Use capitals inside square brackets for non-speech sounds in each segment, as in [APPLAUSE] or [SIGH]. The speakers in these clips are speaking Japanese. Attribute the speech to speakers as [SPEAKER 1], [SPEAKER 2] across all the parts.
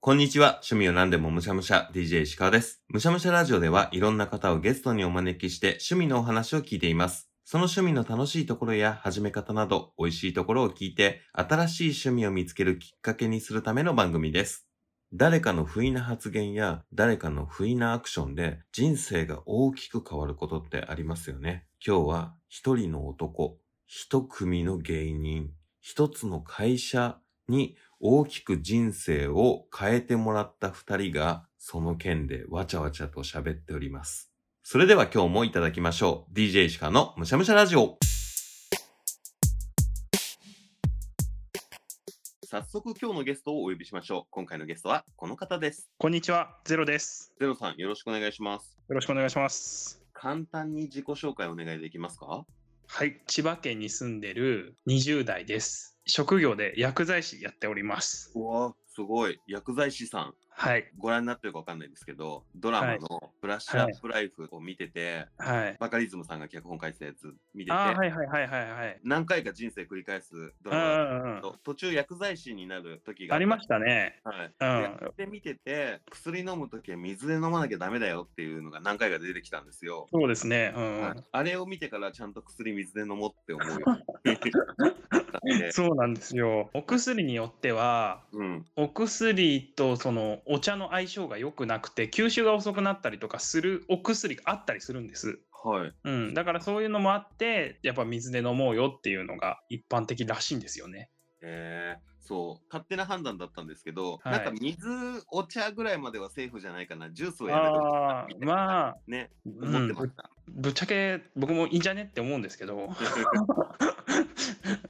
[SPEAKER 1] こんにちは。趣味を何でもむしゃむしゃ、DJ 石川です。むしゃむしゃラジオでは、いろんな方をゲストにお招きして、趣味のお話を聞いています。その趣味の楽しいところや始め方など、美味しいところを聞いて、新しい趣味を見つけるきっかけにするための番組です。誰かの不意な発言や、誰かの不意なアクションで、人生が大きく変わることってありますよね。今日は、一人の男、一組の芸人、一つの会社に大きく人生を変えてもらった二人が、その件でわちゃわちゃと喋っております。それでは今日もいただきましょう。DJ シカのむしゃむしゃラジオ。早速今日のゲストをお呼びしましょう。今回のゲストはこの方です。
[SPEAKER 2] こんにちは、ゼロです。
[SPEAKER 1] ゼロさんよろしくお願いします。
[SPEAKER 2] よろしくお願いします。
[SPEAKER 1] 簡単に自己紹介お願いできますか
[SPEAKER 2] はい、千葉県に住んでる20代です。職業で薬剤師やっております。
[SPEAKER 1] うわすごい。薬剤師さん。
[SPEAKER 2] はい、
[SPEAKER 1] ご覧になってるかわかんないですけど、ドラマのブラッシュアップライフを見てて、
[SPEAKER 2] はい。
[SPEAKER 1] バカリズムさんが脚本書いてたやつ見てて、
[SPEAKER 2] あーはいはいはいはいはい。
[SPEAKER 1] 何回か人生繰り返すド
[SPEAKER 2] う
[SPEAKER 1] ラマ
[SPEAKER 2] んうん
[SPEAKER 1] だ
[SPEAKER 2] うん。
[SPEAKER 1] と途中薬剤師になる時が
[SPEAKER 2] ありましたね。
[SPEAKER 1] た。はい
[SPEAKER 2] うん。
[SPEAKER 1] でやって見てて薬飲む時は水で飲まなきゃダメだよっていうのが何回か出てきたんですよ。
[SPEAKER 2] そうですね。うんう
[SPEAKER 1] はい
[SPEAKER 2] ん。
[SPEAKER 1] あれを見てからちゃんと薬水で飲もうって思う [LAUGHS]
[SPEAKER 2] [LAUGHS]
[SPEAKER 1] ようになったんで。
[SPEAKER 2] そうなんですよ。お薬によっては、
[SPEAKER 1] うん、
[SPEAKER 2] お薬とそのお茶の相性が良くなくて、吸収が遅くなったりとかするお薬があったりするんです。
[SPEAKER 1] はい。
[SPEAKER 2] うん。だからそういうのもあって、やっぱ水で飲もうよっていうのが一般的らしいんですよね。
[SPEAKER 1] えー、そう勝手な判断だったんですけど、
[SPEAKER 2] はい
[SPEAKER 1] なんか水お茶ぐらいまではセーフじゃないかなジュースをやめてほしい
[SPEAKER 2] あ
[SPEAKER 1] なみた
[SPEAKER 2] ー
[SPEAKER 1] いな
[SPEAKER 2] まあ
[SPEAKER 1] ね
[SPEAKER 2] う
[SPEAKER 1] 思っ
[SPEAKER 2] ん
[SPEAKER 1] てま
[SPEAKER 2] ぶ
[SPEAKER 1] した。
[SPEAKER 2] ぶっちゃけ僕もいいんじゃねって思うんですけ
[SPEAKER 1] [LAUGHS]
[SPEAKER 2] ど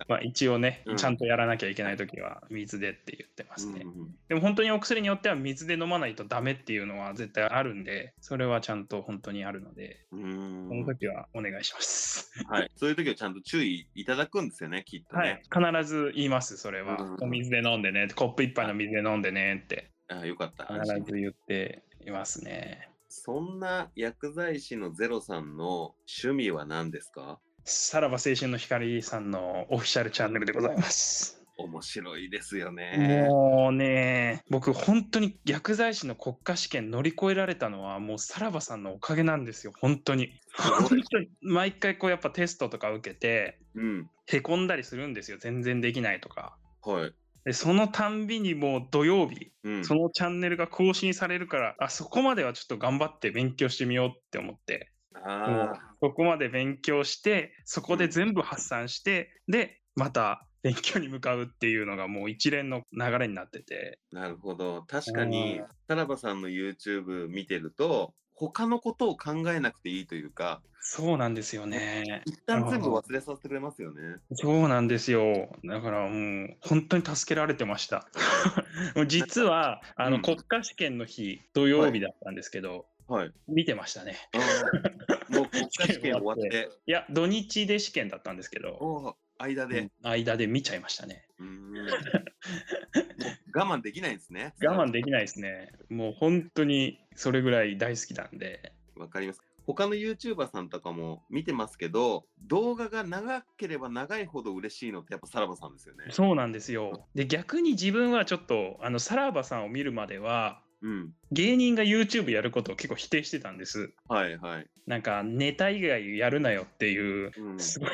[SPEAKER 2] まあ一応ね、
[SPEAKER 1] うん
[SPEAKER 2] ちゃんとやらなきゃいけない時は水でって言ってますね、
[SPEAKER 1] うんうん
[SPEAKER 2] でも本当にお薬によっては水で飲まないとダメっていうのは絶対あるんでそれはちゃんと本当にあるので
[SPEAKER 1] [LAUGHS] うーん
[SPEAKER 2] この時はお願いします、
[SPEAKER 1] はい、そういう時はちゃんと注意いただくんですよね、きっと
[SPEAKER 2] はい
[SPEAKER 1] ね。
[SPEAKER 2] 必ず言いますそれは、
[SPEAKER 1] うん
[SPEAKER 2] お水で飲んでねコップ一杯の水で飲んでねって
[SPEAKER 1] ああよかった。安
[SPEAKER 2] 必
[SPEAKER 1] 心
[SPEAKER 2] ず言っていますね
[SPEAKER 1] そんな薬剤師のゼロさんの趣味は何ですか
[SPEAKER 2] さらば青春の光さんのオフィシャルチャンネルでございます
[SPEAKER 1] 面白いですよね。
[SPEAKER 2] もうね、僕、本当に薬剤師の国家試験乗り越えられたのは、もうさらばさんのおかげなんですよ、本当に。
[SPEAKER 1] すご
[SPEAKER 2] 本
[SPEAKER 1] い
[SPEAKER 2] 当に毎回、こうやっぱテストとか受けて、
[SPEAKER 1] うん。
[SPEAKER 2] へこんだりするんですよ、全然できないとか。
[SPEAKER 1] はい。
[SPEAKER 2] でそのたんびにもう土曜日、
[SPEAKER 1] うん。
[SPEAKER 2] そのチャンネルが更新されるから、あそこまではちょっと頑張って勉強してみようって思って、もう
[SPEAKER 1] あ
[SPEAKER 2] そこまで勉強して、そこで全部発散して、で、また勉強に向かうっていうのがもう一連の流れになってて。
[SPEAKER 1] あ、なるほど。確かに
[SPEAKER 2] うん、
[SPEAKER 1] さらばさんの YouTube 見てると、他のことを考えなくていいというか、
[SPEAKER 2] そうなんですよね。
[SPEAKER 1] 一旦全部忘れさせてくれますよね。
[SPEAKER 2] そうなんですよ。だからもう本当に助けられてました。 [LAUGHS] もう実はあ
[SPEAKER 1] う
[SPEAKER 2] の
[SPEAKER 1] ん
[SPEAKER 2] 国家試験の日、土曜日だったんですけど、
[SPEAKER 1] はい。
[SPEAKER 2] 見てましたね。
[SPEAKER 1] あーもう国家試験終わ
[SPEAKER 2] [LAUGHS]
[SPEAKER 1] って、
[SPEAKER 2] いや、土日で試験だったんですけど、
[SPEAKER 1] おー間で。
[SPEAKER 2] 間で見ちゃいましたね。
[SPEAKER 1] うー
[SPEAKER 2] [LAUGHS]
[SPEAKER 1] んもう我慢できないんですね。
[SPEAKER 2] 我慢できないですね。もう本当にそれぐらい大好きなんで。
[SPEAKER 1] わかります。他の YouTuber さんとかも見てますけど、動画が長ければ長いほど嬉しいのってやっぱさらばさんですよね。
[SPEAKER 2] そうなんですよ。で、逆に自分はちょっと、あの、さらばさんを見るまでは、
[SPEAKER 1] うん。
[SPEAKER 2] 芸人が YouTube やることを結構否定してたんです。
[SPEAKER 1] はいはい。
[SPEAKER 2] なんかネタ以外やるなよっていう
[SPEAKER 1] うん、
[SPEAKER 2] すごい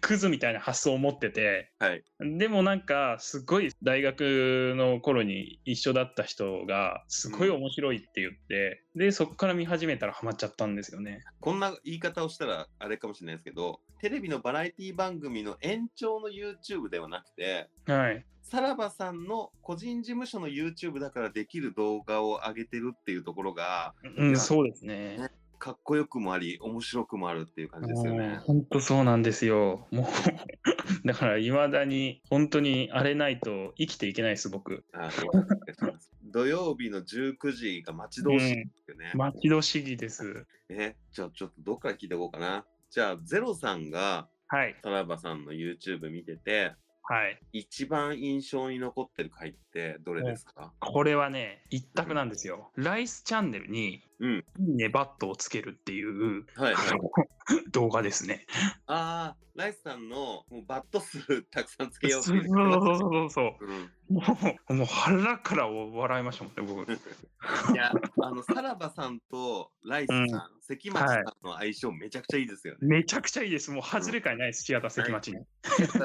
[SPEAKER 2] クズみたいな発想を持ってて
[SPEAKER 1] はい。
[SPEAKER 2] でもなんかすごい大学の頃に一緒だった人がすごい面白いって言ってでそこから見始めたらハマっちゃったんですよね。
[SPEAKER 1] こんな言い方をしたらあれかもしれないですけど、テレビのバラエティ番組の延長の YouTube ではなくて、
[SPEAKER 2] はい、
[SPEAKER 1] さらばさんの個人事務所の YouTube だからできる動画を上げてるっていうところが、
[SPEAKER 2] う
[SPEAKER 1] いや
[SPEAKER 2] ん、そうですね。
[SPEAKER 1] かっこよくもあり、面白くもあるっていう感じですよね。
[SPEAKER 2] 本当そうなんですよ。もう [LAUGHS] だからいまだに本当にあれないと生きていけないです僕。
[SPEAKER 1] あよかったです [LAUGHS] 土曜日の19時が待ち遠しいですよね。
[SPEAKER 2] 待ち遠しいです。
[SPEAKER 1] え、じゃあちょっとどっから聞いていこうかな。じゃあ、ゼロさんが
[SPEAKER 2] はい
[SPEAKER 1] さらばさんの YouTube 見てて、
[SPEAKER 2] はい。
[SPEAKER 1] 一番印象に残ってる回ってどれですか、
[SPEAKER 2] これはね、一択なんですよ。ライスチャンネルに
[SPEAKER 1] うん。
[SPEAKER 2] いいねバットをつけるっていう、
[SPEAKER 1] はい、はい。
[SPEAKER 2] [LAUGHS] 動画ですね。
[SPEAKER 1] ああ、ライスさんのもうバット数たくさんつけよう
[SPEAKER 2] そうそう
[SPEAKER 1] う。
[SPEAKER 2] そうそ
[SPEAKER 1] [LAUGHS]
[SPEAKER 2] う。
[SPEAKER 1] う
[SPEAKER 2] もう、もう腹から笑いましたもんね、僕。
[SPEAKER 1] ん、いや、あの、さらばさんとライスさん、
[SPEAKER 2] うん
[SPEAKER 1] 関町さんの相性めちゃくちゃいい [LAUGHS] ですよね。
[SPEAKER 2] めちゃくちゃいいです。もう外れかいないです、日田関町に。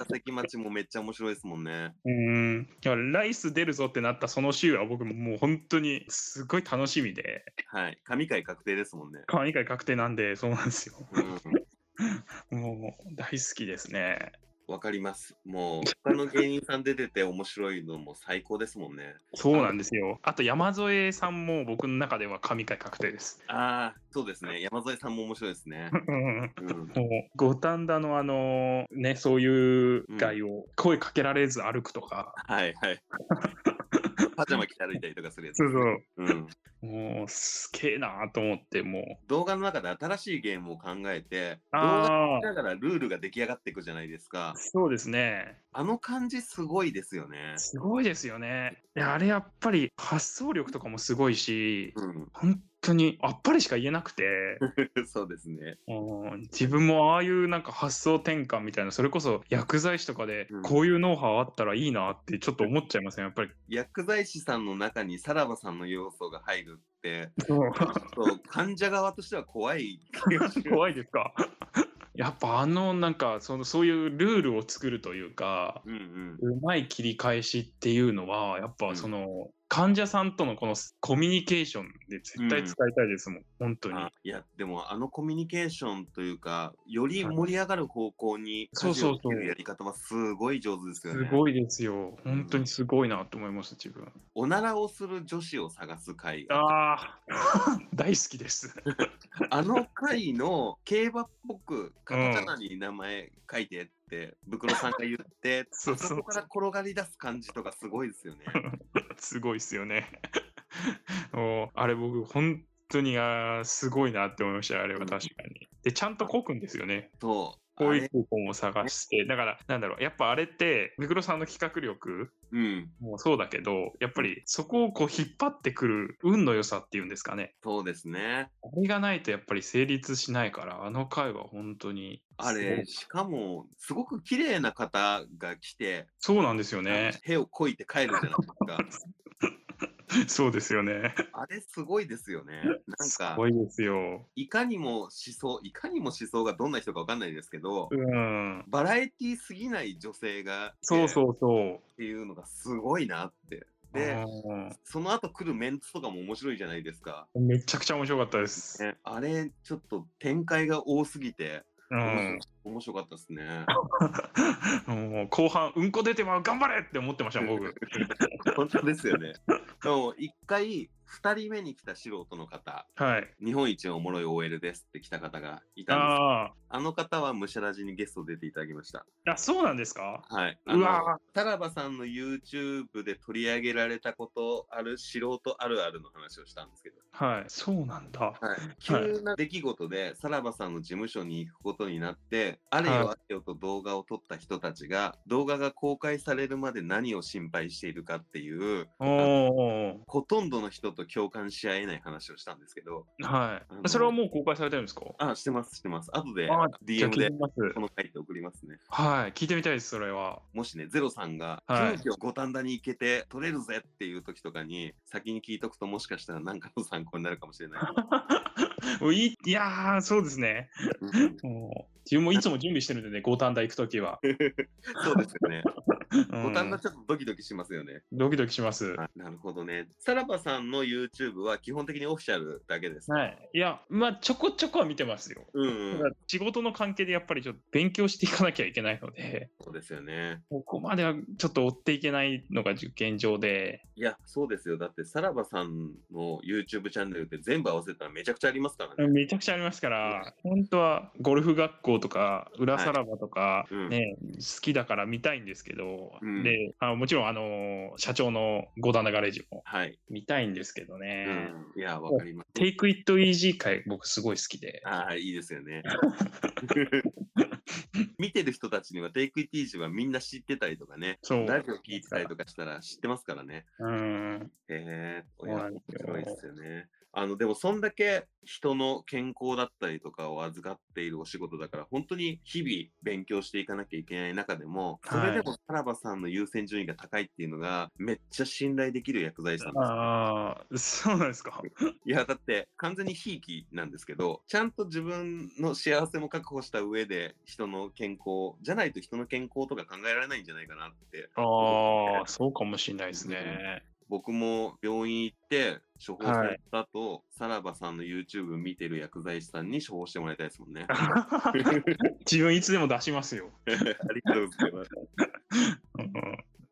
[SPEAKER 1] 関町もめっちゃ面白いですもんね。
[SPEAKER 2] うん。いや、ライス出るぞってなったその週は僕ももう本当にすごい楽しみで、
[SPEAKER 1] はい。神回確定ですもんね。
[SPEAKER 2] 可愛い会確定なんで、そうなんですよ。
[SPEAKER 1] うん
[SPEAKER 2] もう大好きですね。
[SPEAKER 1] わかります。もう、他の芸人さん出てて面白いのも最高ですもんね。
[SPEAKER 2] そうなんですよ。あと山添さんも僕の中では神回確定
[SPEAKER 1] [LAUGHS]
[SPEAKER 2] です。
[SPEAKER 1] ああ、そうですね。山添さんも面白いですね。
[SPEAKER 2] うん
[SPEAKER 1] うん。
[SPEAKER 2] もう五反田のあのねそういう街を声かけられず歩くとか、
[SPEAKER 1] [LAUGHS] はいはい。 [LAUGHS] パジャマ着て歩いたりとかするやつ。
[SPEAKER 2] そうそう
[SPEAKER 1] うん。
[SPEAKER 2] もうすげえなと思ってもう
[SPEAKER 1] 動画の中で新しいゲームを考えて、動画
[SPEAKER 2] ああ
[SPEAKER 1] だからルールが出来上がっていくじゃないですか。
[SPEAKER 2] そうですね
[SPEAKER 1] あの感じすごいですよね。
[SPEAKER 2] すごいですよねいやあれやっぱり発想力とかもすごいし
[SPEAKER 1] うん、 [LAUGHS]
[SPEAKER 2] 本当にあっぱれしか言えなくて
[SPEAKER 1] そうですね。
[SPEAKER 2] うん自分もああいうなんか発想転換みたいなそれこそ薬剤師とかで
[SPEAKER 1] うん
[SPEAKER 2] こういうノウハウあったらいいなってちょっと思っちゃいませんやっぱり
[SPEAKER 1] 薬剤師さんの中にさらばさんの要素が入るって、ちょっと患者側としては怖い気がし
[SPEAKER 2] 怖いですかやっぱあのなんかそのそういうルールを作るというか
[SPEAKER 1] うんうん。
[SPEAKER 2] うまい切り返しっていうのはやっぱその、患者さんとのこのコミュニケーションで絶対使いたいですもん、本当に
[SPEAKER 1] あいやでもあのコミュニケーションというかより盛り上がる方向に
[SPEAKER 2] そうそうそう
[SPEAKER 1] 舵を切るやり方はすごい上手ですよ
[SPEAKER 2] す
[SPEAKER 1] ね。
[SPEAKER 2] ごいですよ本当にすごいなと思います自分
[SPEAKER 1] おならをする女子を探す会が
[SPEAKER 2] ああ [LAUGHS] 大好きです
[SPEAKER 1] あの回の競馬っぽくカタカナに名前書いてって、袋さんが言って、
[SPEAKER 2] そう
[SPEAKER 1] そ
[SPEAKER 2] [LAUGHS] そうそう
[SPEAKER 1] こから転がり出す感じとかすごいですよ
[SPEAKER 2] [LAUGHS]
[SPEAKER 1] ね。
[SPEAKER 2] すごいですよね [LAUGHS] もうあれ僕本当にあーすごいなって思いましたあれは確かにでちゃんとこくんですよね
[SPEAKER 1] そう。
[SPEAKER 2] こう
[SPEAKER 1] あ
[SPEAKER 2] いう
[SPEAKER 1] れ
[SPEAKER 2] 方法を探して、だから、なんだろう、やっぱあれって、目黒さんの企画力
[SPEAKER 1] うん、
[SPEAKER 2] もそうだけど、やっぱりそこをこう引っ張ってくる運の良さっていうんですかね。
[SPEAKER 1] そうですね。
[SPEAKER 2] あれがないとやっぱり成立しないから、あの回は本当に。
[SPEAKER 1] あれ、しかも、すごく綺麗な方が来て、
[SPEAKER 2] そうなんですよね。
[SPEAKER 1] 手をこいて帰るじゃないですか。
[SPEAKER 2] そうですよね。
[SPEAKER 1] あれ、すごいですよね。なん
[SPEAKER 2] す
[SPEAKER 1] か、
[SPEAKER 2] ごいですよ。
[SPEAKER 1] いかにも思想、いかにも思想がどんな人かわかんないですけど、
[SPEAKER 2] うん。
[SPEAKER 1] バラエティーすぎない女性が、
[SPEAKER 2] そう
[SPEAKER 1] う。
[SPEAKER 2] そうそう。
[SPEAKER 1] っていうのがすごいなって。で、
[SPEAKER 2] うん
[SPEAKER 1] その後来るメンツとかも面白いじゃないですか。
[SPEAKER 2] めちゃくちゃ面白かったです。
[SPEAKER 1] ねあれ、ちょっと展開が多すぎて、
[SPEAKER 2] うん。
[SPEAKER 1] 面白かったですね。
[SPEAKER 2] [LAUGHS] もう後半、うんこ出てまう、頑張れって思ってました、僕。
[SPEAKER 1] 本当ですよね。でも、一回、二人目に来た素人の方、
[SPEAKER 2] はい。
[SPEAKER 1] 日本一おもろい OL ですって来た方がいたんです。
[SPEAKER 2] あ
[SPEAKER 1] あの方はむしゃらじにゲスト出ていただきました。
[SPEAKER 2] あ。あ、そうなんですか
[SPEAKER 1] はい。あ
[SPEAKER 2] う
[SPEAKER 1] の
[SPEAKER 2] わ
[SPEAKER 1] タラバさんの YouTube で取り上げられたことある素人あるあるの話をしたんですけど、
[SPEAKER 2] はい。そうなんだ。
[SPEAKER 1] はい、急な出来事でさらばさんの事務所に行くことになって、あれよあれよと動画を撮った人たちが、動画が公開されるまで何を心配しているかっていう、
[SPEAKER 2] おお
[SPEAKER 1] ほとんどの人と共感し合えない話をしたんですけど、
[SPEAKER 2] ー。は
[SPEAKER 1] あの
[SPEAKER 2] い。それはもう公開されてるんですか
[SPEAKER 1] あ、してます、してます。後で
[SPEAKER 2] あじゃ
[SPEAKER 1] DM
[SPEAKER 2] あ聞い
[SPEAKER 1] で
[SPEAKER 2] てみます。
[SPEAKER 1] この回って送りますね。
[SPEAKER 2] はい。聞いてみたいです、それは。
[SPEAKER 1] もしね、ゼロさんが
[SPEAKER 2] はい
[SPEAKER 1] 急遽五反田に行けて撮れるぜっていう時とかに、先に聞いとくともしかしたら何かの参考になるかもしれない。
[SPEAKER 2] もういいいやー、そうですね。
[SPEAKER 1] うん
[SPEAKER 2] もう自分もいつも準備してるんでね、五反田行くと
[SPEAKER 1] [LAUGHS]
[SPEAKER 2] きは。
[SPEAKER 1] そうですよね。
[SPEAKER 2] うん
[SPEAKER 1] 五反田ちょっとドキドキしますよね。
[SPEAKER 2] ドキドキします。
[SPEAKER 1] あなるほどね。さらばさんの YouTube は基本的にオフィシャルだけです。
[SPEAKER 2] はい。いや、まあ、ちょこちょこは見てますよ。
[SPEAKER 1] うん、
[SPEAKER 2] た
[SPEAKER 1] うん
[SPEAKER 2] だ。仕事の関係でやっぱりちょっと勉強していかなきゃいけないので、
[SPEAKER 1] そうですよね。
[SPEAKER 2] ここまではちょっと追っていけないのが現状で、
[SPEAKER 1] いや、そうですよ。だって、さらばさんの YouTube チャンネルって全部合わせたらめちゃくちゃありますからね。
[SPEAKER 2] めちゃくちゃありますから、本当はゴルフ学校とか、裏さらばとか、
[SPEAKER 1] うん
[SPEAKER 2] ね好きだから見たいんですけど、
[SPEAKER 1] うん
[SPEAKER 2] であもちろん、あの社長の五段のガレージも
[SPEAKER 1] はい。
[SPEAKER 2] 見たいんですけど
[SPEAKER 1] う
[SPEAKER 2] ね、
[SPEAKER 1] ん、いや、わかります。
[SPEAKER 2] テイクイットイージー会、僕すごい好きで、
[SPEAKER 1] ああ、いいですよね。見てる人たちには、テイクイティージはみんな知ってたりとかね。
[SPEAKER 2] そう
[SPEAKER 1] ラジオ聞いてたりとかしたら知ってますからね。
[SPEAKER 2] うん、
[SPEAKER 1] へえ、
[SPEAKER 2] そうな
[SPEAKER 1] 面
[SPEAKER 2] んですよ
[SPEAKER 1] 白いですよね。あの、でもそんだけ人の健康だったりとかを預かっているお仕事だから、本当に日々勉強していかなきゃいけない中でも、それでもさらばさんの優先順位が高いっていうのが、めっちゃ信頼できる薬剤師さんです。
[SPEAKER 2] ああ、そうなんで
[SPEAKER 1] [LAUGHS]
[SPEAKER 2] すか。
[SPEAKER 1] いや、だって完全にひいきなんですけど、ちゃんと自分の幸せも確保した上で、人の健康、じゃないと人の健康とか考えられないんじゃないかなって。
[SPEAKER 2] ああ、そうかもしれないです
[SPEAKER 1] [LAUGHS]
[SPEAKER 2] ね。
[SPEAKER 1] 僕も病院行って、処方された後、さらばさんの YouTube 見てる薬剤師さんに処方してもらいたいですもんね。 [LAUGHS]
[SPEAKER 2] 自分いつでも出しますよ。
[SPEAKER 1] ありがとうございます。
[SPEAKER 2] うんうん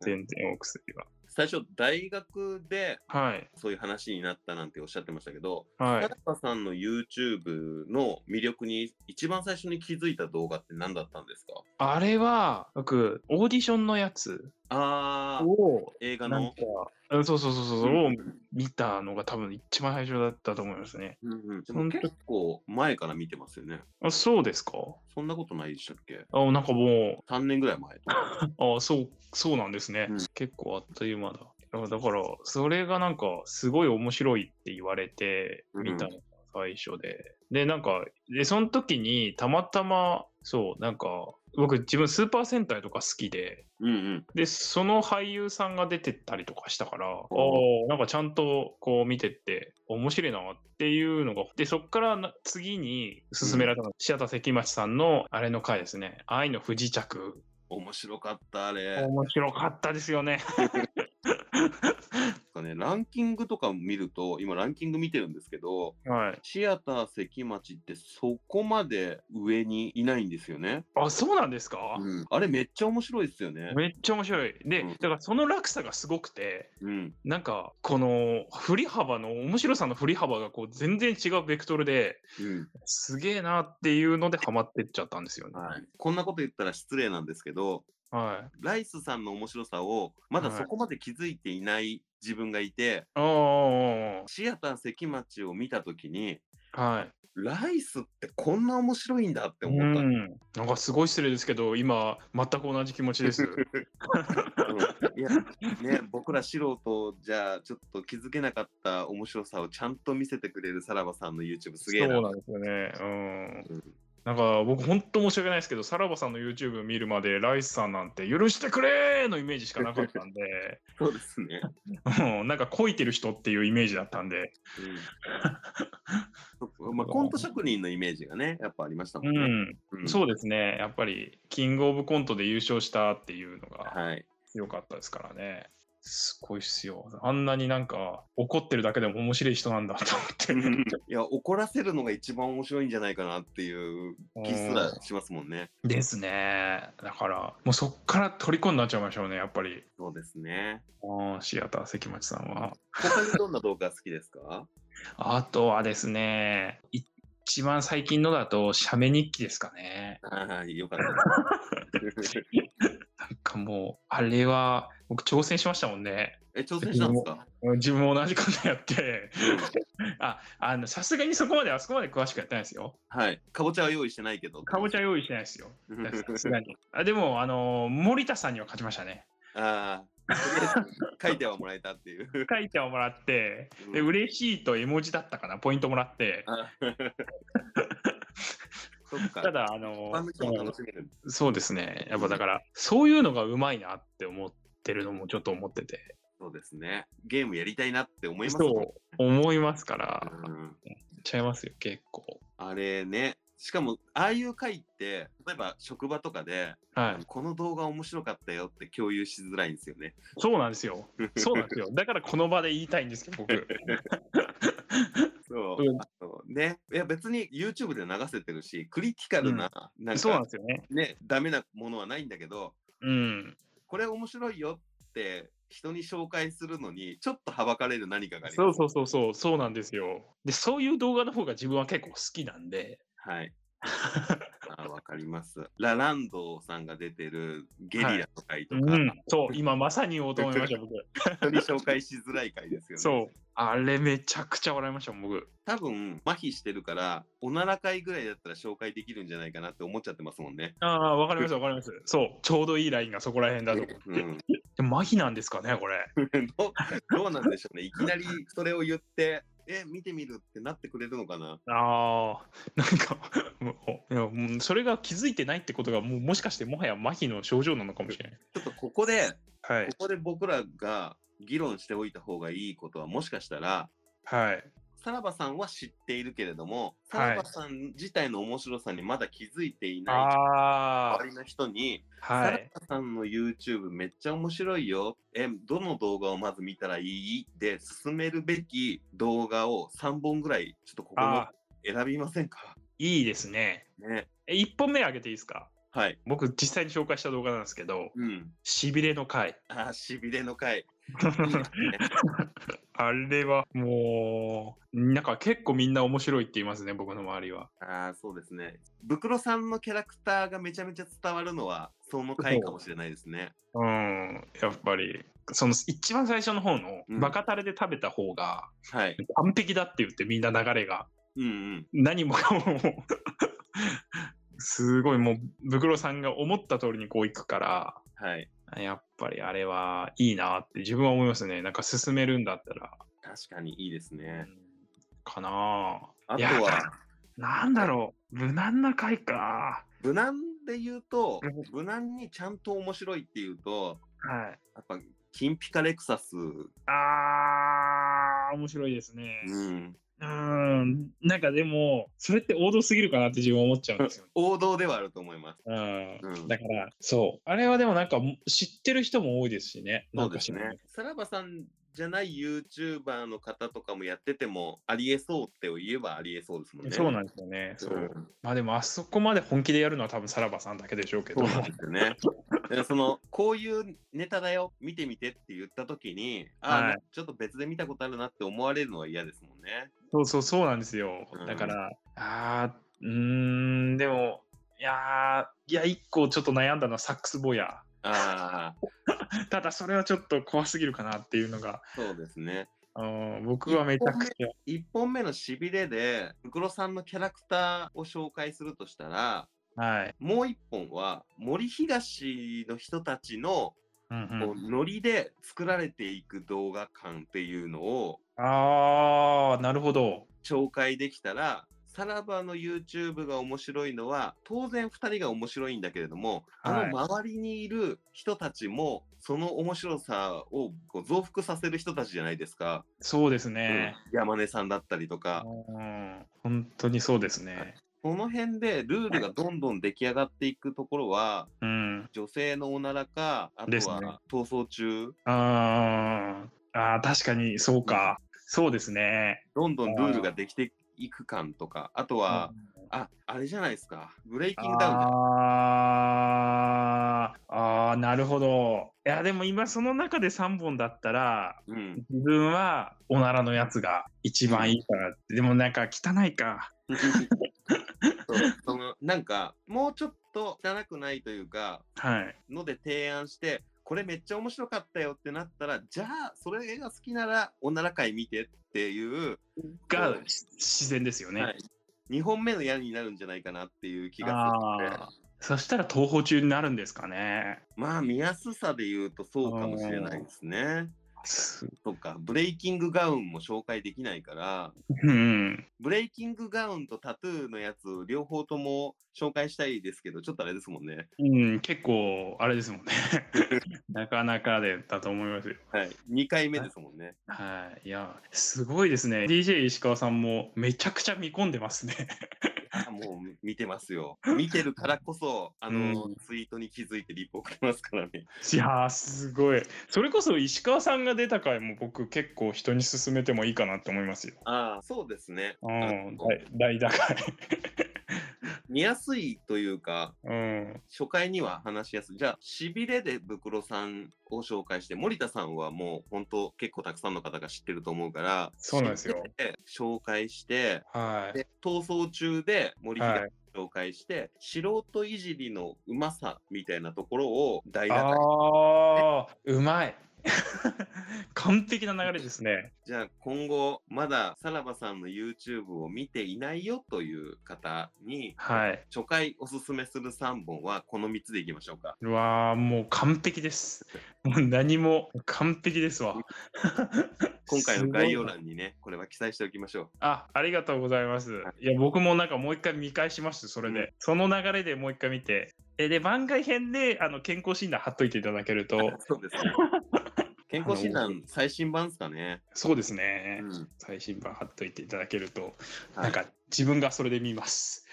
[SPEAKER 2] 全然お薬は。
[SPEAKER 1] 最初、大学で
[SPEAKER 2] はい。
[SPEAKER 1] そういう話になったなんておっしゃってましたけど、
[SPEAKER 2] は
[SPEAKER 1] さ
[SPEAKER 2] い
[SPEAKER 1] ら。ばさんの YouTube の魅力に一番最初に気づいた動画って何だったんですか
[SPEAKER 2] あれは、僕、オーディションのやつ
[SPEAKER 1] あー、
[SPEAKER 2] を、
[SPEAKER 1] 映画
[SPEAKER 2] なん
[SPEAKER 1] の
[SPEAKER 2] か。、うんそうそうそうそう、
[SPEAKER 1] うん
[SPEAKER 2] を見たのが多分一番最初だったと思いますね。
[SPEAKER 1] うんうん、でも
[SPEAKER 2] 本当
[SPEAKER 1] 結構前から見てますよね。
[SPEAKER 2] あそうですか
[SPEAKER 1] そんなことないでしたっけ
[SPEAKER 2] あなんかも
[SPEAKER 1] ?3 年ぐらい前とか。
[SPEAKER 2] う、あそう、そうなんですね。
[SPEAKER 1] うん
[SPEAKER 2] 結構あっという間だ。あだから、それがなんか、すごい面白いって言われて、
[SPEAKER 1] うん
[SPEAKER 2] 見たのが最初で。で、なんか、で、その時に、たまたま、そう、なんか、僕、自分、スーパー戦隊とか好きで、
[SPEAKER 1] うんうん。
[SPEAKER 2] で、その俳優さんが出てったりとかしたから、あ
[SPEAKER 1] う
[SPEAKER 2] あ、なんかちゃんとこう見てって、面白いなっていうのが、で、そっからな次に進められたのが、シアター関町さんのあれの回ですね、愛の不時着。
[SPEAKER 1] 面白かった、あれ。
[SPEAKER 2] 面白かったですよね。
[SPEAKER 1] なんかね、ランキングとか見ると、今ランキング見てるんですけど、
[SPEAKER 2] はい。
[SPEAKER 1] シアター関町ってそこまで上にいないんですよね。
[SPEAKER 2] あ、そうなんですか、
[SPEAKER 1] うんあれめっちゃ面白いですよね。
[SPEAKER 2] めっちゃ面白い。で、
[SPEAKER 1] うん
[SPEAKER 2] だからその落差がすごくて、
[SPEAKER 1] うん。
[SPEAKER 2] なんか、この振り幅の、面白さの振り幅がこう全然違うベクトルで、
[SPEAKER 1] うん。
[SPEAKER 2] すげえなっていうのでハマってっちゃったんですよね。
[SPEAKER 1] はい。こんなこと言ったら失礼なんですけど、
[SPEAKER 2] はい。
[SPEAKER 1] ライスさんの面白さをまだそこまで気づいていない自分がいて、
[SPEAKER 2] ああ、
[SPEAKER 1] シアター関町を見たときに、
[SPEAKER 2] はい。
[SPEAKER 1] ライスってこんな面白いんだって思った。
[SPEAKER 2] うん、なんかすごい失礼ですけど今全く同じ気持ちです
[SPEAKER 1] うんいや、ね、僕ら素人じゃちょっと気づけなかった面白さをちゃんと見せてくれるさらばさんの YouTube [LAUGHS] すげえ
[SPEAKER 2] そ
[SPEAKER 1] な
[SPEAKER 2] う。なんですよねうん
[SPEAKER 1] うん
[SPEAKER 2] なんか僕本当申し訳ないですけどさらばさんの YouTube 見るまでライスさんなんて「許してくれ!」のイメージしかなかったんで、 [LAUGHS]
[SPEAKER 1] そうですね。
[SPEAKER 2] うん、なんかこいてる人っていうイメージだったんで
[SPEAKER 1] うんそっか
[SPEAKER 2] [LAUGHS]
[SPEAKER 1] まあ、コント職人のイメージがね、やっぱありましたも
[SPEAKER 2] うん
[SPEAKER 1] ね。
[SPEAKER 2] ん
[SPEAKER 1] うん
[SPEAKER 2] そうですねやっぱりキングオブコントで優勝したっていうのが
[SPEAKER 1] はい。
[SPEAKER 2] 強かったですからねすごいっすよあんなになんか怒ってるだけでも面白い人なんだと思って
[SPEAKER 1] [LAUGHS] いや、怒らせるのが一番面白いんじゃないかなっていう気すらしますもんね。
[SPEAKER 2] ですね。だから、もうそっから虜になっちゃいましょうね、やっぱり。
[SPEAKER 1] そうですね。
[SPEAKER 2] うんシアター関町さんは。
[SPEAKER 1] 他にどんな動画好きですか [LAUGHS]
[SPEAKER 2] あとはですね、一番最近のだと、写メ日記ですかね。
[SPEAKER 1] はい、よかった [LAUGHS] です。
[SPEAKER 2] なんかもう、あれは、僕挑戦しましたもんね。
[SPEAKER 1] え、挑戦したんですか
[SPEAKER 2] 自分も同じことやって、 [LAUGHS] あ、あの、さすがにそこまで、あそこまで詳しくやってないですよ。
[SPEAKER 1] はい。かぼちゃは用意してないけど。
[SPEAKER 2] かぼちゃ用意してないですよ。
[SPEAKER 1] うん
[SPEAKER 2] さすがに。あでも、あの、森田さんには勝ちましたね。
[SPEAKER 1] [LAUGHS] ああ。とりあえず書いてはもらえたっていう。
[SPEAKER 2] [LAUGHS] 書いてはもらって、で、
[SPEAKER 1] うん
[SPEAKER 2] 嬉しいと絵文字だったかな、ポイントもらって。
[SPEAKER 1] あ [LAUGHS] そっか。
[SPEAKER 2] た、だ、あの
[SPEAKER 1] 一般の人も楽しめる。
[SPEAKER 2] そうですね。やっぱだから、そういうのがうまいなって思ってるのもちょっと思ってて。
[SPEAKER 1] そうですね。ゲームやりたいなって思いますもん
[SPEAKER 2] そう、思いますから、
[SPEAKER 1] う
[SPEAKER 2] や
[SPEAKER 1] ん
[SPEAKER 2] っちゃいますよ、結構。
[SPEAKER 1] あれね。しかも、ああいう回って、例えば職場とかで、
[SPEAKER 2] はい。
[SPEAKER 1] この動画面白かったよって共有しづらいんですよね。
[SPEAKER 2] そうなんですよ。そうなんで
[SPEAKER 1] [LAUGHS]
[SPEAKER 2] すよ。だからこの場で言いたいんですけど、僕。
[SPEAKER 1] そう。
[SPEAKER 2] うん
[SPEAKER 1] あとね。いや、別に YouTube で流せてるし、クリティカルな、なん
[SPEAKER 2] そうなん
[SPEAKER 1] か
[SPEAKER 2] ですよね。
[SPEAKER 1] ね、ダメなものはないんだけど、
[SPEAKER 2] うん。
[SPEAKER 1] これ面白いよって人に紹介するのにちょっとはばかれる何かがあり
[SPEAKER 2] そ
[SPEAKER 1] ま
[SPEAKER 2] う
[SPEAKER 1] す。
[SPEAKER 2] そうそうそう、そうなんですよ。で、そういう動画の方が自分は結構好きなんで。 [LAUGHS]
[SPEAKER 1] はい。あわかります。ラランドさんが出てるゲリラの回と
[SPEAKER 2] う
[SPEAKER 1] か、
[SPEAKER 2] ん、そう、今まさに言おうと思いまし
[SPEAKER 1] [LAUGHS]
[SPEAKER 2] た、僕。
[SPEAKER 1] 人に紹介しづらい回ですよね。
[SPEAKER 2] そう。あれめちゃくちゃ笑いましたもん、僕。
[SPEAKER 1] 多分、麻痺してるから、おなら会ぐらいだったら紹介できるんじゃないかなって思っちゃってますもんね。
[SPEAKER 2] ああ、わかります、わかります。そう、ちょうどいいラインがそこら辺だと思って。
[SPEAKER 1] うん、
[SPEAKER 2] でも麻痺なんですかね、これ。
[SPEAKER 1] どどうなんでしょうね。いきなりそれを言って、え、見てみるってなってくれるのかな
[SPEAKER 2] ああ、なんか [LAUGHS] もういや、もうそれが気づいてないってことが、もうもしかしてもはや麻痺の症状なのかもしれない。
[SPEAKER 1] ちょっとここで、
[SPEAKER 2] はい
[SPEAKER 1] こ。こで僕らが議論しておいた方がいいことはもしかしたら、
[SPEAKER 2] はい。
[SPEAKER 1] さらばさんは知っているけれども、さ
[SPEAKER 2] はい
[SPEAKER 1] らばさん自体の面白さにまだ気づいていない
[SPEAKER 2] あ
[SPEAKER 1] 周りの人に、
[SPEAKER 2] あ、は
[SPEAKER 1] さら
[SPEAKER 2] い。
[SPEAKER 1] ばさんの YouTube めっちゃ面白いよ。え、どの動画をまず見たらいいで、進めるべき動画を3本ぐらい、ちょっとここの
[SPEAKER 2] あ
[SPEAKER 1] 選びませんか
[SPEAKER 2] いいですね。
[SPEAKER 1] ね。
[SPEAKER 2] え、1本目あげていいですか
[SPEAKER 1] はい。
[SPEAKER 2] 僕、実際に紹介した動画なんですけど、
[SPEAKER 1] うん。
[SPEAKER 2] しびれの [LAUGHS] 回。
[SPEAKER 1] あー、しびれの
[SPEAKER 2] [LAUGHS]
[SPEAKER 1] 回。
[SPEAKER 2] あれはもう、なんか結構みんな面白いって言いますね、僕の周りは。
[SPEAKER 1] ああ、そうですね。ブクロさんのキャラクターがめちゃめちゃ伝わるのは、その回かもしれないですね。
[SPEAKER 2] うん、やっぱり、その一番最初の方の
[SPEAKER 1] うん
[SPEAKER 2] バカタレで食べた方が
[SPEAKER 1] はい。
[SPEAKER 2] 完璧だって言ってみんな流れが、
[SPEAKER 1] うんうん。
[SPEAKER 2] 何も [LAUGHS] かももうすごいもう、ブクロさんが思った通りにこういくから、
[SPEAKER 1] はい。
[SPEAKER 2] やっぱりあれはいいなって自分は思いますね。なんか進めるんだったら。
[SPEAKER 1] 確かにいいですね。
[SPEAKER 2] かなぁ。
[SPEAKER 1] あ
[SPEAKER 2] い
[SPEAKER 1] と
[SPEAKER 2] や
[SPEAKER 1] は、
[SPEAKER 2] なんだろう。無難な回か。
[SPEAKER 1] 無難で言うと
[SPEAKER 2] うん、
[SPEAKER 1] 無難にちゃんと面白いっていうと、
[SPEAKER 2] はい。
[SPEAKER 1] やっぱ、金ピカレクサス。う
[SPEAKER 2] あー、面白いですね。
[SPEAKER 1] ん。
[SPEAKER 2] うん。なんかでも、それって王道すぎるかなって自分は思っちゃうん
[SPEAKER 1] [LAUGHS]
[SPEAKER 2] ですよ。
[SPEAKER 1] 王道ではあると思います。
[SPEAKER 2] うん。
[SPEAKER 1] うん
[SPEAKER 2] だから、そう。あれはでもなんか知ってる人も多いですしね。
[SPEAKER 1] そ
[SPEAKER 2] なん
[SPEAKER 1] うで
[SPEAKER 2] か知
[SPEAKER 1] す
[SPEAKER 2] らない
[SPEAKER 1] ね。。さらばさんじゃない YouTuber の方とかもやってても、ありえそうって言えばありえそうですもんね。
[SPEAKER 2] そうなんですよね。そう。
[SPEAKER 1] うん
[SPEAKER 2] まあでも、あそこまで本気でやるのは多分さらばさんだけでしょうけ
[SPEAKER 1] そ
[SPEAKER 2] ど
[SPEAKER 1] う。なんですよね。でそのこういうネタだよ、見てみてって言ったときに、あー、
[SPEAKER 2] はい
[SPEAKER 1] ちょっと別で見たことあるなって思われるのは嫌ですもんね。
[SPEAKER 2] そうそうそうなんですよ
[SPEAKER 1] うん。
[SPEAKER 2] だから、ああ、うーん、でも、いやー、いや、一個ちょっと悩んだのはサックスボヤ。
[SPEAKER 1] ああ、
[SPEAKER 2] ただ、それはちょっと怖すぎるかなっていうのが、
[SPEAKER 1] そうですね。
[SPEAKER 2] うん僕はめちゃくちゃ。
[SPEAKER 1] 1本目のしびれで、ブクロさんのキャラクターを紹介するとしたら、
[SPEAKER 2] はい。
[SPEAKER 1] もう1本は森東の人たちの
[SPEAKER 2] うんうん
[SPEAKER 1] こうノリで作られていく動画館っていうのを
[SPEAKER 2] ああ、なるほど。
[SPEAKER 1] 紹介できたら、さらばの YouTube が面白いのは、当然2人が面白いんだけれども、
[SPEAKER 2] は
[SPEAKER 1] あ
[SPEAKER 2] い
[SPEAKER 1] の周りにいる人たちも、その面白さをこう増幅させる人たちじゃないですか。
[SPEAKER 2] そうですね。
[SPEAKER 1] うん山根さんだったりとか、
[SPEAKER 2] うん、本当にそうですね。
[SPEAKER 1] この辺でルールがどんどん出来上がっていくところは、
[SPEAKER 2] うん。
[SPEAKER 1] 女性のおならか、あ
[SPEAKER 2] で
[SPEAKER 1] と
[SPEAKER 2] すね
[SPEAKER 1] は逃走中、
[SPEAKER 2] あーあー、確かにそうか。そうですね。
[SPEAKER 1] どんどんルールができていく感とか、あとは、あ、あれじゃないですか、ブレイキングダウンじゃない
[SPEAKER 2] あーあーなるほどいやでも今その中で3本だったら
[SPEAKER 1] うん、 [LAUGHS]
[SPEAKER 2] 自分はおならのやつが一番いいかなって、でもなんか汚いか
[SPEAKER 1] そうそのなんかもうちょっと汚くないというか
[SPEAKER 2] はい
[SPEAKER 1] ので提案してこれめっちゃ面白かったよってなったらじゃあそれが好きならおなら会見てっていう、
[SPEAKER 2] が、
[SPEAKER 1] うん
[SPEAKER 2] し自然ですよね、
[SPEAKER 1] はい、2本目の矢になるんじゃないかなっていう気がするので
[SPEAKER 2] あーそしたら東宝中になるんですかね
[SPEAKER 1] まあ見やすさで言うとそうかもしれないですね。
[SPEAKER 2] す
[SPEAKER 1] とかブレイキングガウンも紹介できないから
[SPEAKER 2] うん
[SPEAKER 1] ブレイキングガウンとタトゥーのやつ両方とも紹介したいですけどちょっとあれですもんね。
[SPEAKER 2] うん、結構あれですもんね [LAUGHS] なかなかでだと思いますよ
[SPEAKER 1] はい、2回目ですもんね。
[SPEAKER 2] はいいやすごいですね DJ 石川さんもめちゃくちゃ見込んでま
[SPEAKER 1] [LAUGHS]
[SPEAKER 2] すね
[SPEAKER 1] あもう見てますよ。見てるからこそ、あの、
[SPEAKER 2] うん
[SPEAKER 1] ツイートに気づいてリプ送りますからね。
[SPEAKER 2] いやーすごいそれこそ石川さんが出た回も僕結構人に勧めてもいいかなって思いますよ。
[SPEAKER 1] ああ、そうですね。
[SPEAKER 2] う
[SPEAKER 1] あ
[SPEAKER 2] ん
[SPEAKER 1] の、
[SPEAKER 2] 大打開。
[SPEAKER 1] 見やすいというか、
[SPEAKER 2] うん。
[SPEAKER 1] 初回には話しやすい。じゃあ、しびれでブクロさんを紹介して、森田さんはもう本当結構たくさんの方が知ってると思うから、
[SPEAKER 2] そうなんですよ。
[SPEAKER 1] で紹介して、
[SPEAKER 2] はい。
[SPEAKER 1] で逃走中で森田
[SPEAKER 2] はい
[SPEAKER 1] 紹介して、素人いじりのうまさみたいなところを大打開
[SPEAKER 2] ああ、うまい。 [LAUGHS] 完璧な流れですね。
[SPEAKER 1] じゃあ今後、まださらばさんの YouTube を見ていないよという方に、
[SPEAKER 2] はい。
[SPEAKER 1] 初回おすすめする3本はこの3つでいきましょうか。
[SPEAKER 2] うわあ、もう完璧です。もう何も完璧ですわ。
[SPEAKER 1] 今回の概要
[SPEAKER 2] すごいな。
[SPEAKER 1] 欄にね、これは記載しておきましょ
[SPEAKER 2] あ、ありがとうございます。いや、僕もなんかもう一回見返します、それで。
[SPEAKER 1] う
[SPEAKER 2] その流れでもう一回見て。えで、番外編であの健康診断貼っといていただけると
[SPEAKER 1] う。、そうです
[SPEAKER 2] [LAUGHS]
[SPEAKER 1] ね。健康診断最新版ですかね。
[SPEAKER 2] そうですね。
[SPEAKER 1] うん
[SPEAKER 2] 最新版貼っといていただけると、
[SPEAKER 1] は
[SPEAKER 2] ないんか自分がそれで見ます。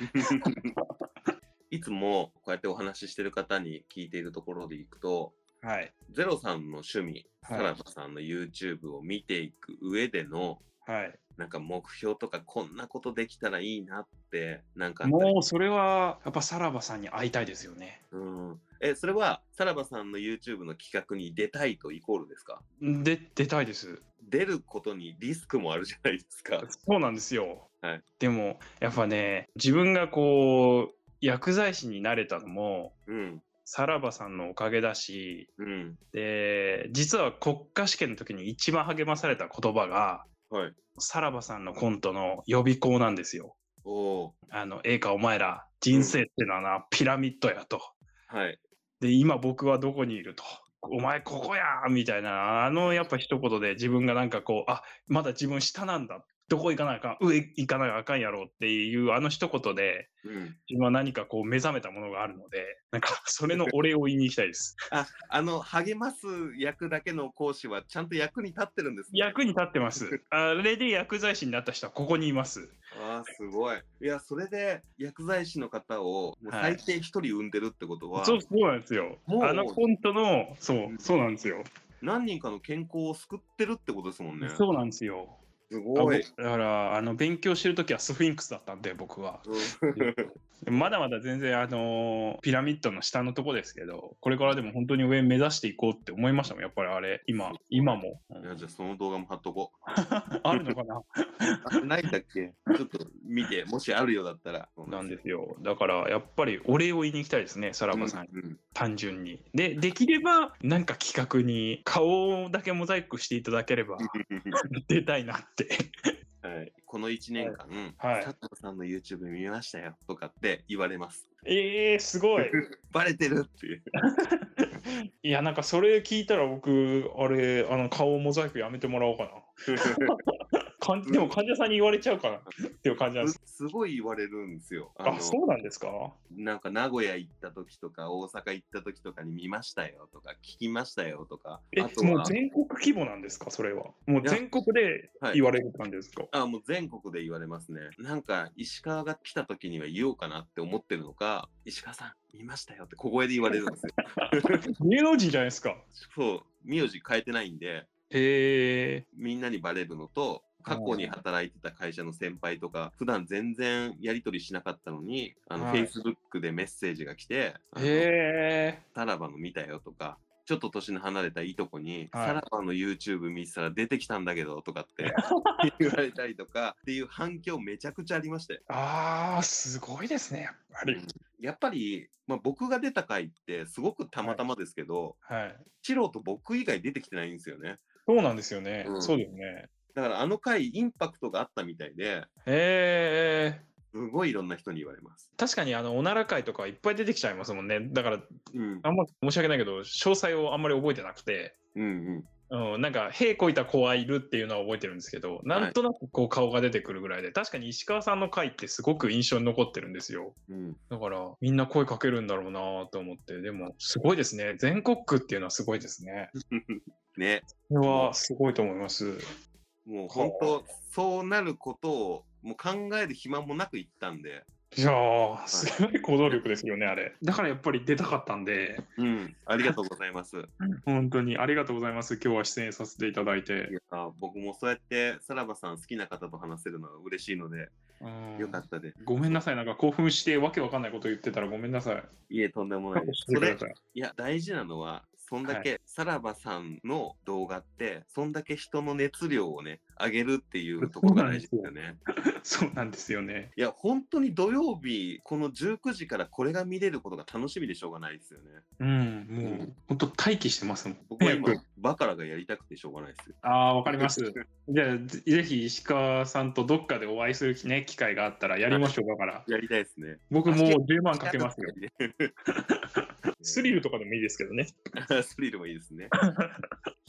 [SPEAKER 1] いつもこうやってお話ししてる方に聞いているところでいくと、
[SPEAKER 2] はい。
[SPEAKER 1] ゼロさんの趣味、
[SPEAKER 2] はい
[SPEAKER 1] さらばさんの YouTube を見ていく上での、
[SPEAKER 2] はい。
[SPEAKER 1] なんか目標とかこんなことできたらいいなって、なんかあったり
[SPEAKER 2] もうそれは、やっぱさらばさんに会いたいですよね。
[SPEAKER 1] うん。え、それは、さらばさんの YouTube の企画に出たいとイコールですか
[SPEAKER 2] で、出たいです。
[SPEAKER 1] 出ることにリスクもあるじゃないですか。
[SPEAKER 2] そうなんですよ。
[SPEAKER 1] はい
[SPEAKER 2] でも、やっぱね、自分がこう、薬剤師になれたのも、
[SPEAKER 1] うん。
[SPEAKER 2] さらばさんのおかげだし、
[SPEAKER 1] うん。
[SPEAKER 2] で、実は国家試験の時に一番励まされた言葉が、
[SPEAKER 1] はい。
[SPEAKER 2] さらばさんのコントの予備校なんですよ。
[SPEAKER 1] おお
[SPEAKER 2] あの、ええかお前ら、人生ってのはな、ピラミッドやと。
[SPEAKER 1] ーはい。
[SPEAKER 2] で、今僕はどこにいると。お前ここやみたいな、あのやっぱ一言で自分がなんかこう、あ、まだ自分下なんだ。どこ行かなあかん、上行かなあかんやろうっていうあの一言で、
[SPEAKER 1] うん。
[SPEAKER 2] 自分は何かこう目覚めたものがあるので、なんかそれのお礼を言いに行きたいです。
[SPEAKER 1] あ、あの、励ます役だけの講師はちゃんと役に立ってるんですね。
[SPEAKER 2] 役に立っ
[SPEAKER 1] [LAUGHS]
[SPEAKER 2] てます。あれで薬剤師になった人はここにいます。
[SPEAKER 1] あーすごい。いや、それで薬剤師の方をもう
[SPEAKER 2] はい
[SPEAKER 1] 最低一人産んでるってことは、
[SPEAKER 2] そう、そうなんですよ。
[SPEAKER 1] もう
[SPEAKER 2] あのコントの、そう、そうなんですよ。
[SPEAKER 1] 何人かの健康を救ってるってことですもんね。
[SPEAKER 2] そうなんです
[SPEAKER 1] す
[SPEAKER 2] よ。あ僕
[SPEAKER 1] ごい。
[SPEAKER 2] だから、あの、勉強してるときはスフィンクスだったんで、僕は。
[SPEAKER 1] うん
[SPEAKER 2] まだまだ全然、あのーピラミッドの下のとこですけど、これからでも本当に上目指していこうって思いましたもん、やっぱりあれ、今、今も。う
[SPEAKER 1] いや
[SPEAKER 2] ん
[SPEAKER 1] じゃあその動画も貼っとこう。
[SPEAKER 2] あるのかな
[SPEAKER 1] あないんだっけちょっと見て、もしあるようだったら。
[SPEAKER 2] なんですよ。だから、やっぱりお礼を言いに行きたいですね、さらばさんに、
[SPEAKER 1] うんうん
[SPEAKER 2] 単純に。で、できれば、なんか企画に顔だけモザイクしていただければ、出たいなって。 [LAUGHS]
[SPEAKER 1] はい、この1年間、
[SPEAKER 2] はい
[SPEAKER 1] 佐藤さんの YouTube 見ましたよとかって言われます。
[SPEAKER 2] えー、すご
[SPEAKER 1] [LAUGHS]
[SPEAKER 2] い。
[SPEAKER 1] バレてるっていう。
[SPEAKER 2] いや、なんかそれ聞いたら僕、あれ、あの、顔モザイクやめてもらおうかな。かんでも患者さんに言われちゃうかなっていう感じなんです
[SPEAKER 1] すすごい言われるんですよ。あの
[SPEAKER 2] あ、そうなんですか
[SPEAKER 1] なんか名古屋行った時とか大阪行った時とかに見ましたよとか聞きましたよとか。
[SPEAKER 2] え
[SPEAKER 1] あと、
[SPEAKER 2] もう
[SPEAKER 1] は
[SPEAKER 2] 全国規模なんですかそれは。もう
[SPEAKER 1] や
[SPEAKER 2] 全国で
[SPEAKER 1] はい
[SPEAKER 2] 言われる感じですか、
[SPEAKER 1] あもう全国で言われますね。なんか石川が来た時には言おうかなって思ってるのか、石川さん見ましたよって小声で言われるん
[SPEAKER 2] [LAUGHS]
[SPEAKER 1] ですよ。
[SPEAKER 2] 芸能人じゃないですか
[SPEAKER 1] そう、名字変えてないんで、
[SPEAKER 2] へえ。
[SPEAKER 1] みんなにバレるのと、過去に働いてた会社の先輩とか、普段全然やり取りしなかったのに、あの、
[SPEAKER 2] はい
[SPEAKER 1] Facebook でメッセージが来て、あの
[SPEAKER 2] へえ。
[SPEAKER 1] さらばの見たよとか、ちょっと年の離れたいいとこに、
[SPEAKER 2] はい
[SPEAKER 1] さらばの YouTube 見てたら出てきたんだけどとかって
[SPEAKER 2] [LAUGHS]
[SPEAKER 1] 言われたりとかっていう反響めちゃくちゃありまして。
[SPEAKER 2] あー、すごいですね、やっぱり。
[SPEAKER 1] やっぱり、まあ、僕が出た回ってすごくたまたまですけど、
[SPEAKER 2] はい。
[SPEAKER 1] チロと僕以外出てきてないんですよね。
[SPEAKER 2] そうなんですよね。
[SPEAKER 1] うん
[SPEAKER 2] そうですね。
[SPEAKER 1] だからあの回インパクトがあったみたいで、
[SPEAKER 2] へえ。
[SPEAKER 1] すごいいろんな人に言われます。
[SPEAKER 2] 確かにあのおなら会とかいっぱい出てきちゃいますもんね。だから
[SPEAKER 1] うん。
[SPEAKER 2] あんま申し訳ないけど詳細をあんまり覚えてなくて、
[SPEAKER 1] うんうん。
[SPEAKER 2] うん、なんか「へいこいた子はいる」っていうのは覚えてるんですけどなんとなくこう顔が出てくるぐらいで確かに石川さんの回ってすごく印象に残ってるんですよ
[SPEAKER 1] うん、 [LAUGHS]
[SPEAKER 2] だからみんな声かけるんだろうなと思ってでもすごいですね全国区っていうのはすごいですね
[SPEAKER 1] ね、
[SPEAKER 2] これはすごいと思います
[SPEAKER 1] もう本当、そうなることをもう考える暇もなく言ったんで、
[SPEAKER 2] いやーすごい行動力ですよねあれだからやっぱり出たかったんで
[SPEAKER 1] うん、ありがとうございます。い
[SPEAKER 2] 本当にありがとうございます今日は出演させていただいて
[SPEAKER 1] や僕もそうやってさらばさん好きな方と話せるのは嬉しいので、
[SPEAKER 2] うん
[SPEAKER 1] よかったです。
[SPEAKER 2] ごめんなさいなんか興奮してわけわかんないこと言ってたらごめんなさい
[SPEAKER 1] いえ、とんでもないです。
[SPEAKER 2] ご
[SPEAKER 1] そ
[SPEAKER 2] め
[SPEAKER 1] れ
[SPEAKER 2] んな、さい
[SPEAKER 1] いや、大事なのは、そんだけ、さらばさんの動画って、そんだけ人の熱量をね、上げるっていうところが大事ですよね。
[SPEAKER 2] [LAUGHS] そうなんですよね。
[SPEAKER 1] いや、本当に土曜日、この19時からこれが見れることが楽しみでしょうがないですよね。
[SPEAKER 2] うん、も
[SPEAKER 1] う
[SPEAKER 2] う、本当待機してますもん。
[SPEAKER 1] 僕は今
[SPEAKER 2] 早く、
[SPEAKER 1] バカラがやりたくてしょうがないですよ。
[SPEAKER 2] ああ、わかります。じゃあ、ぜぜひ石川さんとどっかでお会いする、ね、機会があったらやりましょう、だから。
[SPEAKER 1] やりたいですね。
[SPEAKER 2] 僕もう10万かけますよ。 [LAUGHS]
[SPEAKER 1] [LAUGHS]
[SPEAKER 2] スリ
[SPEAKER 1] ル。
[SPEAKER 2] ルとかでもいいですけどね。
[SPEAKER 1] [LAUGHS] スリルもいいですね。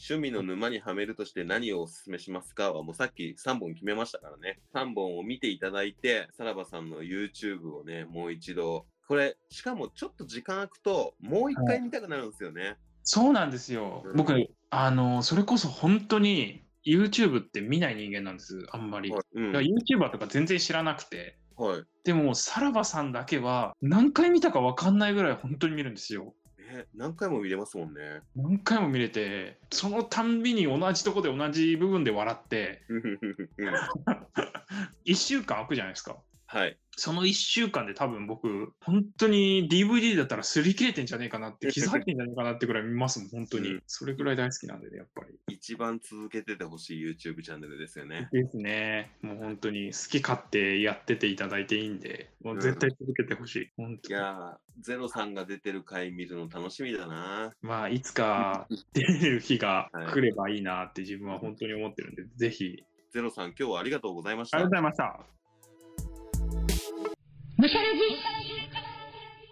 [SPEAKER 1] 趣味の沼にはめるとして何をお勧めしますかはもうさっき3本決めましたからね。3本を見ていただいて、さらばさんの YouTube をね、もう一度。これ、しかもちょっと時間空くと、もう一回見たくなるんですよね。
[SPEAKER 2] そうなんですよ
[SPEAKER 1] う。ん
[SPEAKER 2] 僕、あの、それこそ本当に YouTube って見ない人間なんです、あんまり。
[SPEAKER 1] はい。うん
[SPEAKER 2] だから YouTuber とか全然知らなくて。
[SPEAKER 1] はい
[SPEAKER 2] でも、さらばさんだけは何回見たかわかんないぐらい本当に見るんですよ。
[SPEAKER 1] ね何回も見れますもんね。 [LAUGHS]
[SPEAKER 2] 何回も見れて、そのたんびに同じとこで同じ部分で笑って、
[SPEAKER 1] うん
[SPEAKER 2] 1週間空くじゃないですか。
[SPEAKER 1] はい。
[SPEAKER 2] その1週間で多分僕、本当に DVD だったら擦り切れてんじゃねえかなって、傷入ってんじゃねえかなってぐらい見ますもん、本当に。
[SPEAKER 1] うん
[SPEAKER 2] それぐらい大好きなんでね、やっぱり。
[SPEAKER 1] 一番続けててほしい YouTube チャンネルですよね。
[SPEAKER 2] ですね。もう本当に好き勝手やってていただいていいんで、もう絶対続けてほしい。本
[SPEAKER 1] い
[SPEAKER 2] 当に
[SPEAKER 1] やー、ゼロさんが出てる回見るの楽しみだな。
[SPEAKER 2] まあ、いつか出る日が来ればいいなって自分は本当に思ってるんで、ぜひ。
[SPEAKER 1] ゼロさん、今日はありがとうございました。
[SPEAKER 2] ありがとうございました。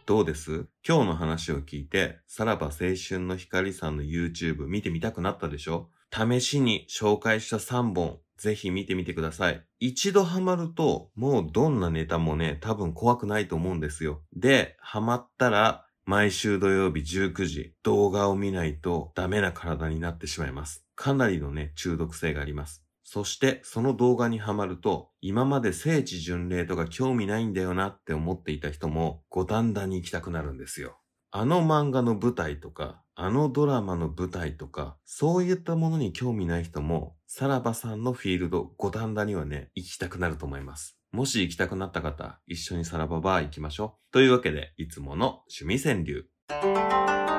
[SPEAKER 1] どうです今日の話を聞いて、さらば青春の光さんの YouTube 見てみたくなったでしょ試しに紹介した3本、ぜひ見てみてください。一度ハマると、もうどんなネタもね、多分怖くないと思うんですよ。で、ハマったら、毎週土曜日19時、動画を見ないとダメな体になってしまいます。かなりのね、中毒性があります。そして、その動画にハマると、今まで聖地巡礼とか興味ないんだよなって思っていた人も、五反田に行きたくなるんですよ。あの漫画の舞台とか、あのドラマの舞台とか、そういったものに興味ない人も、さらばさんのフィールド、五反田にはね、行きたくなると思います。もし行きたくなった方、一緒にさらばバー行きましょう。というわけで、いつもの趣味川柳。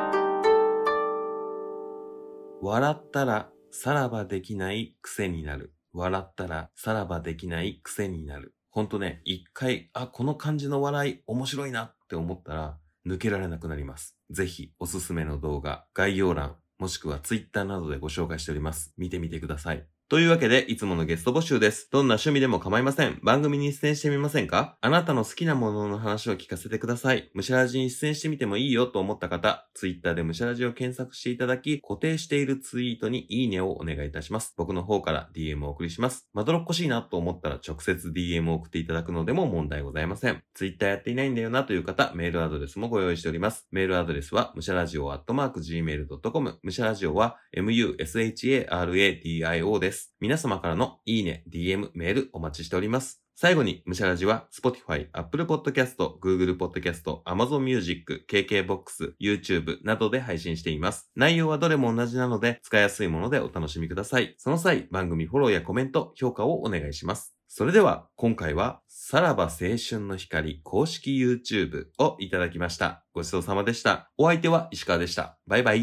[SPEAKER 1] 笑ったらさらばできない癖になる。笑ったらさらばできない癖になる。ほんとね、一回、あ、この感じの笑い面白いなって思ったら抜けられなくなります。ぜひおすすめの動画、概要欄、もしくは Twitter などでご紹介しております。見てみてください。というわけで、いつものゲスト募集です。どんな趣味でも構いません。番組に出演してみませんかあなたの好きなものの話を聞かせてください。ムシャラジに出演してみてもいいよと思った方、ツイッターでムシャラジを検索していただき、固定しているツイートにいいねをお願いいたします。僕の方から DM をお送りします。まどろっこしいなと思ったら直接 DM を送っていただくのでも問題ございません。ツイッターやっていないんだよなという方、メールアドレスもご用意しております。メールアドレスは、ムシャラジオアットマーク Gmail.com。ムシャラジオは、musharadio です。皆様からのいいね、DM、メールお待ちしております。最後に、ムシャラジは、Spotify、Apple Podcast、Google Podcast、Amazon Music、KKBox、YouTube などで配信しています。内容はどれも同じなので、使いやすいものでお楽しみください。その際、番組フォローやコメント、評価をお願いします。それでは、今回は、さらば青春の光公式 YouTube をいただきました。ごちそうさまでした。お相手は石川でした。バイバイ。